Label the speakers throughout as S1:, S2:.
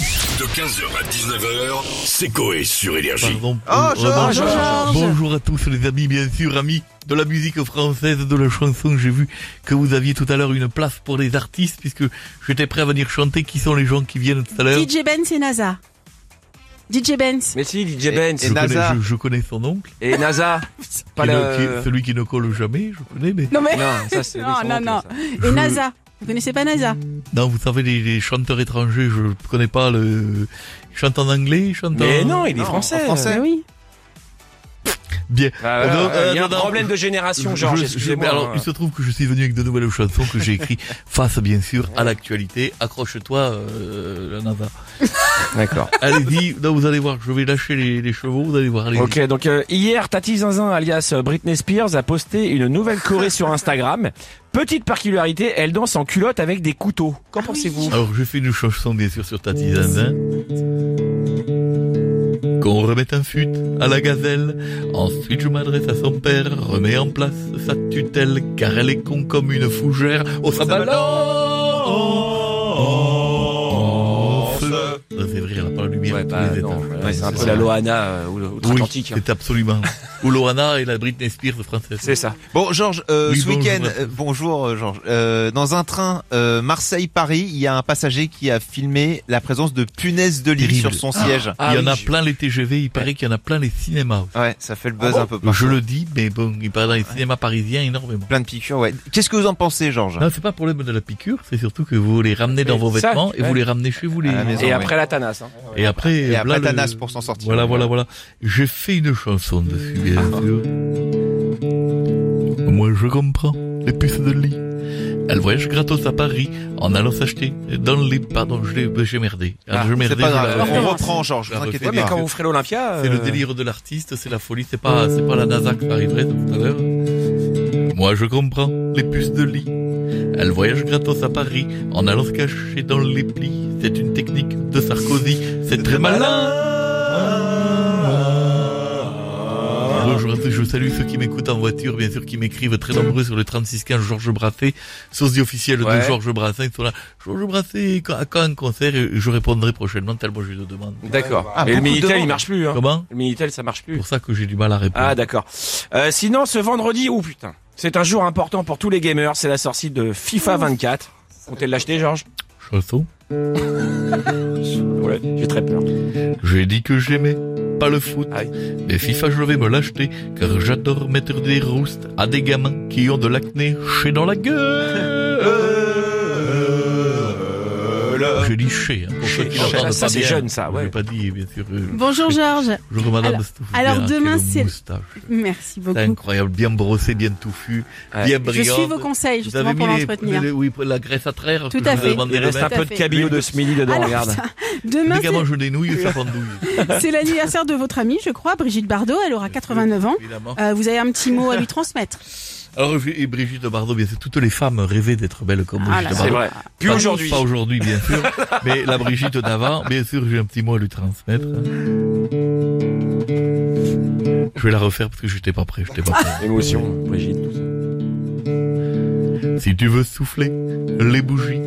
S1: De 15h à 19h, c'est Coé sur Énergie.
S2: Pardon.
S3: Oh, Georges,
S2: bonjour.
S3: Georges.
S2: Bonjour à tous les amis, bien sûr, amis de la musique française, de la chanson. J'ai vu que vous aviez tout à l'heure une place pour les artistes, puisque j'étais prêt à venir chanter. Qui sont les gens qui viennent tout à l'heure
S4: DJ Benz et NASA. DJ Benz.
S5: Mais si, DJ Benz.
S2: je,
S3: Et NASA.
S2: connais, je- je connais son oncle,
S5: Et, NASA. Pas
S2: qui ne-
S5: le-
S2: qui est celui qui ne colle jamais, je connais, mais...
S4: Non mais.
S5: Non, ça, c'est- oui,
S4: Non,
S5: c'est
S4: non,
S5: honte,
S4: non.
S5: ça.
S2: Je-
S4: Et NASA. Vous connaissez pas NASA
S2: Non, vous savez, les, les chanteurs étrangers, je ne connais pas le... Ils chantent en anglais, ils chantent
S5: Mais
S2: en-
S5: non, il est
S3: Non,
S5: français.
S3: en français.
S4: Ben oui.
S2: Bien.
S5: Ah, voilà,
S2: Non,
S5: euh, il y a
S2: non,
S5: un
S2: non,
S5: problème
S2: je-
S5: de génération,
S2: Je-
S5: Georges.
S2: je- je-
S5: Excusez-moi.
S2: alors, il se trouve que je suis venu avec de nouvelles chansons que j'ai écrites face, bien sûr, à l'actualité. Accroche-toi, euh, Nava.
S5: D'accord.
S2: Allez-y, non, vous allez voir, je vais lâcher les, les chevaux, vous allez voir. allez-y.
S5: Ok, donc euh, hier, Tati Zinzin, alias euh, Britney Spears, a posté une nouvelle choré sur Instagram. Petite particularité, elle danse en culotte avec des
S4: Ah
S5: couteaux. Qu'en pensez-vous
S2: Alors, je fais une chanson, bien sûr, sur Tati Zinzin. Qu'on remette un fut à la gazelle. Ensuite, je m'adresse à son père. Remets en place sa tutelle, car elle est con comme une fougère. Au sabalance. C'est vrai, elle n'a pas la lumière.
S5: Oh, Ouais,
S2: à tous
S5: bah,
S2: les
S5: non,
S2: étages.
S5: ouais,
S2: Ouais,
S5: c'est un peu
S2: ça.
S5: la Loana euh, ou- outre-Atlantique.
S2: Oui,
S5: hein.
S2: c'est absolument. Ou Loana et la Britney Spears française.
S5: C'est ça.
S3: Bon Georges, euh,
S2: Oui,
S3: ce
S2: bonjour
S3: week-end,
S2: à tous.
S3: euh, bonjour euh, Georges. Euh, dans un train euh, Marseille-Paris, il y a un passager qui a filmé la présence de punaises de lit
S2: Terrible.
S3: sur son siège.
S5: Ah
S2: il y en
S5: oui,
S2: a
S5: je-
S2: plein les TGV, il paraît qu'il y en a plein les cinémas. aussi.
S3: Ouais, ça fait le buzz un peu
S2: Ah je
S3: partout.
S2: le dis, mais bon, il paraît dans les cinémas parisiens énormément.
S3: Plein de piqûres, ouais. Qu'est-ce que vous en pensez Georges
S2: Non, c'est pas le problème de la piqûre, c'est surtout que vous les ramenez dans
S5: Oui,
S2: vos
S5: ça,
S2: vêtements et
S5: ouais.
S2: vous les ramenez chez vous. Les...
S3: À la maison.
S5: Et
S3: Ouais.
S5: après la Thanas. Hein.
S2: Et après,
S3: Et
S2: voilà
S3: après
S2: le-
S3: Thanas pour s'en sortir. Ah.
S2: Voilà, voilà, voilà. J'ai fait une chanson dessus, bien sûr. Moi, je comprends les puces de lit. Elles voyagent gratos à Paris en allant s'acheter dans les... Pardon, je l'ai- j'ai merdé. Ah,
S3: Ah,
S2: je merdais,
S3: c'est pas
S2: je
S3: grave,
S2: l'avais.
S3: on reprend Georges,
S2: Je
S3: vous
S2: euh, la
S3: inquiétez
S2: refais,
S5: Mais
S3: pas.
S2: bien
S5: quand
S2: sûr.
S5: vous ferez l'Olympia...
S2: C'est
S5: euh,
S2: le délire de l'artiste, c'est la folie, c'est pas, c'est pas la NASA qui arriverait de tout à l'heure. Moi, je comprends les puces de lit. Elles voyagent gratos à Paris en allant se cacher dans les plis. C'est une technique de Sarkozy, c'est très malin. Bonjour à tous, je salue ceux qui m'écoutent en voiture, bien sûr, qui m'écrivent très nombreux sur le 3615 Georges Brassé, sosie officielle de
S5: Ouais.
S2: Georges Brassens. Ils sont là, Georges Brassé, quand- à quand un concert Et Je répondrai prochainement, tellement je le demande.
S5: Hein D'accord.
S3: Ah,
S5: Et le
S3: beaucoup de
S5: Minitel, il
S3: demandes.
S5: marche plus. Hein.
S2: Comment
S5: Le Minitel, ça marche plus.
S2: C'est pour ça que j'ai du mal à répondre.
S5: Ah d'accord. Euh, sinon ce vendredi, oh putain, c'est un jour important pour tous les gamers, c'est la sortie de FIFA 24. Comptez l'acheter Georges
S2: Chanson
S5: Ouais, j'ai très peur.
S2: J'ai dit que j'aimais pas le foot.
S5: Aïe.
S2: Mais FIFA, je vais me l'acheter, car j'adore mettre des roustes à des gamins qui ont de l'acné chez dans la gueule. J'ai dit chez, hein, pour ceux qui
S5: Chez, chez.
S2: l'entendent pas
S5: Ça, c'est
S2: bien.
S5: jeune, ça,
S2: Je
S5: ouais.
S2: l'ai pas dit, bien sûr. euh,
S4: Bonjour Georges.
S2: Bonjour madame
S4: Alors-
S2: Stouff.
S4: alors
S2: Bien,
S4: demain,
S2: quelle
S4: c'est-
S2: moustache.
S4: Merci
S2: C'est
S4: beaucoup.
S2: incroyable, bien brossé, bien touffu,
S5: Ouais.
S2: bien
S4: Je
S2: brillant.
S4: suis vos conseils
S2: Vous avez
S4: justement pour
S2: mis les-
S4: l'entretenir.
S2: les- oui, la graisse à traire.
S4: Tout
S2: que
S4: à
S2: je vous
S4: fait.
S2: ai demandé
S5: Il
S2: de
S5: reste un
S2: mettre.
S4: Tout
S5: peu
S4: à
S5: de
S4: fait.
S5: cabillaud de ce midi dedans,
S4: Alors,
S5: regarde.
S4: ça, demain,
S2: Des gamins, je dénouille, ça pendouille.
S4: c'est- c'est l'anniversaire de votre amie, je crois, Brigitte Bardot. Elle aura 89 ans.
S2: Évidemment.
S4: Euh, vous avez un petit mot à lui transmettre.
S2: Alors, et Brigitte Bardot, bien sûr, toutes les femmes rêvaient d'être belles comme
S4: Ah
S2: Brigitte Bardot.
S4: là
S5: C'est vrai. Puis
S2: Pas-
S5: aujourd'hui.
S2: Pas aujourd'hui, bien sûr. mais la Brigitte d'avant, bien sûr, j'ai un petit mot à lui transmettre. Je vais la refaire parce que j'étais pas prêt, j'étais pas prêt.
S5: Émotion, Brigitte. tout ça.
S2: Si tu veux souffler les bougies,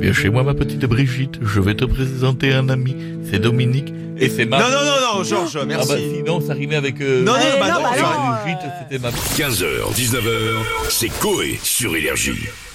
S2: viens chez moi, ma petite Brigitte. Je vais te présenter un ami. C'est Dominique et c'est ma.
S3: Non, non, non, non, Georges,
S2: Ah bah,
S3: merci.
S2: sinon, ça rimait avec. euh,
S3: Non, non, Eh, bah non, non, bah
S2: et
S3: non,
S2: Brigitte,
S4: euh.
S2: c'était ma.
S1: 15h, 19h, c'est Coé sur Énergie.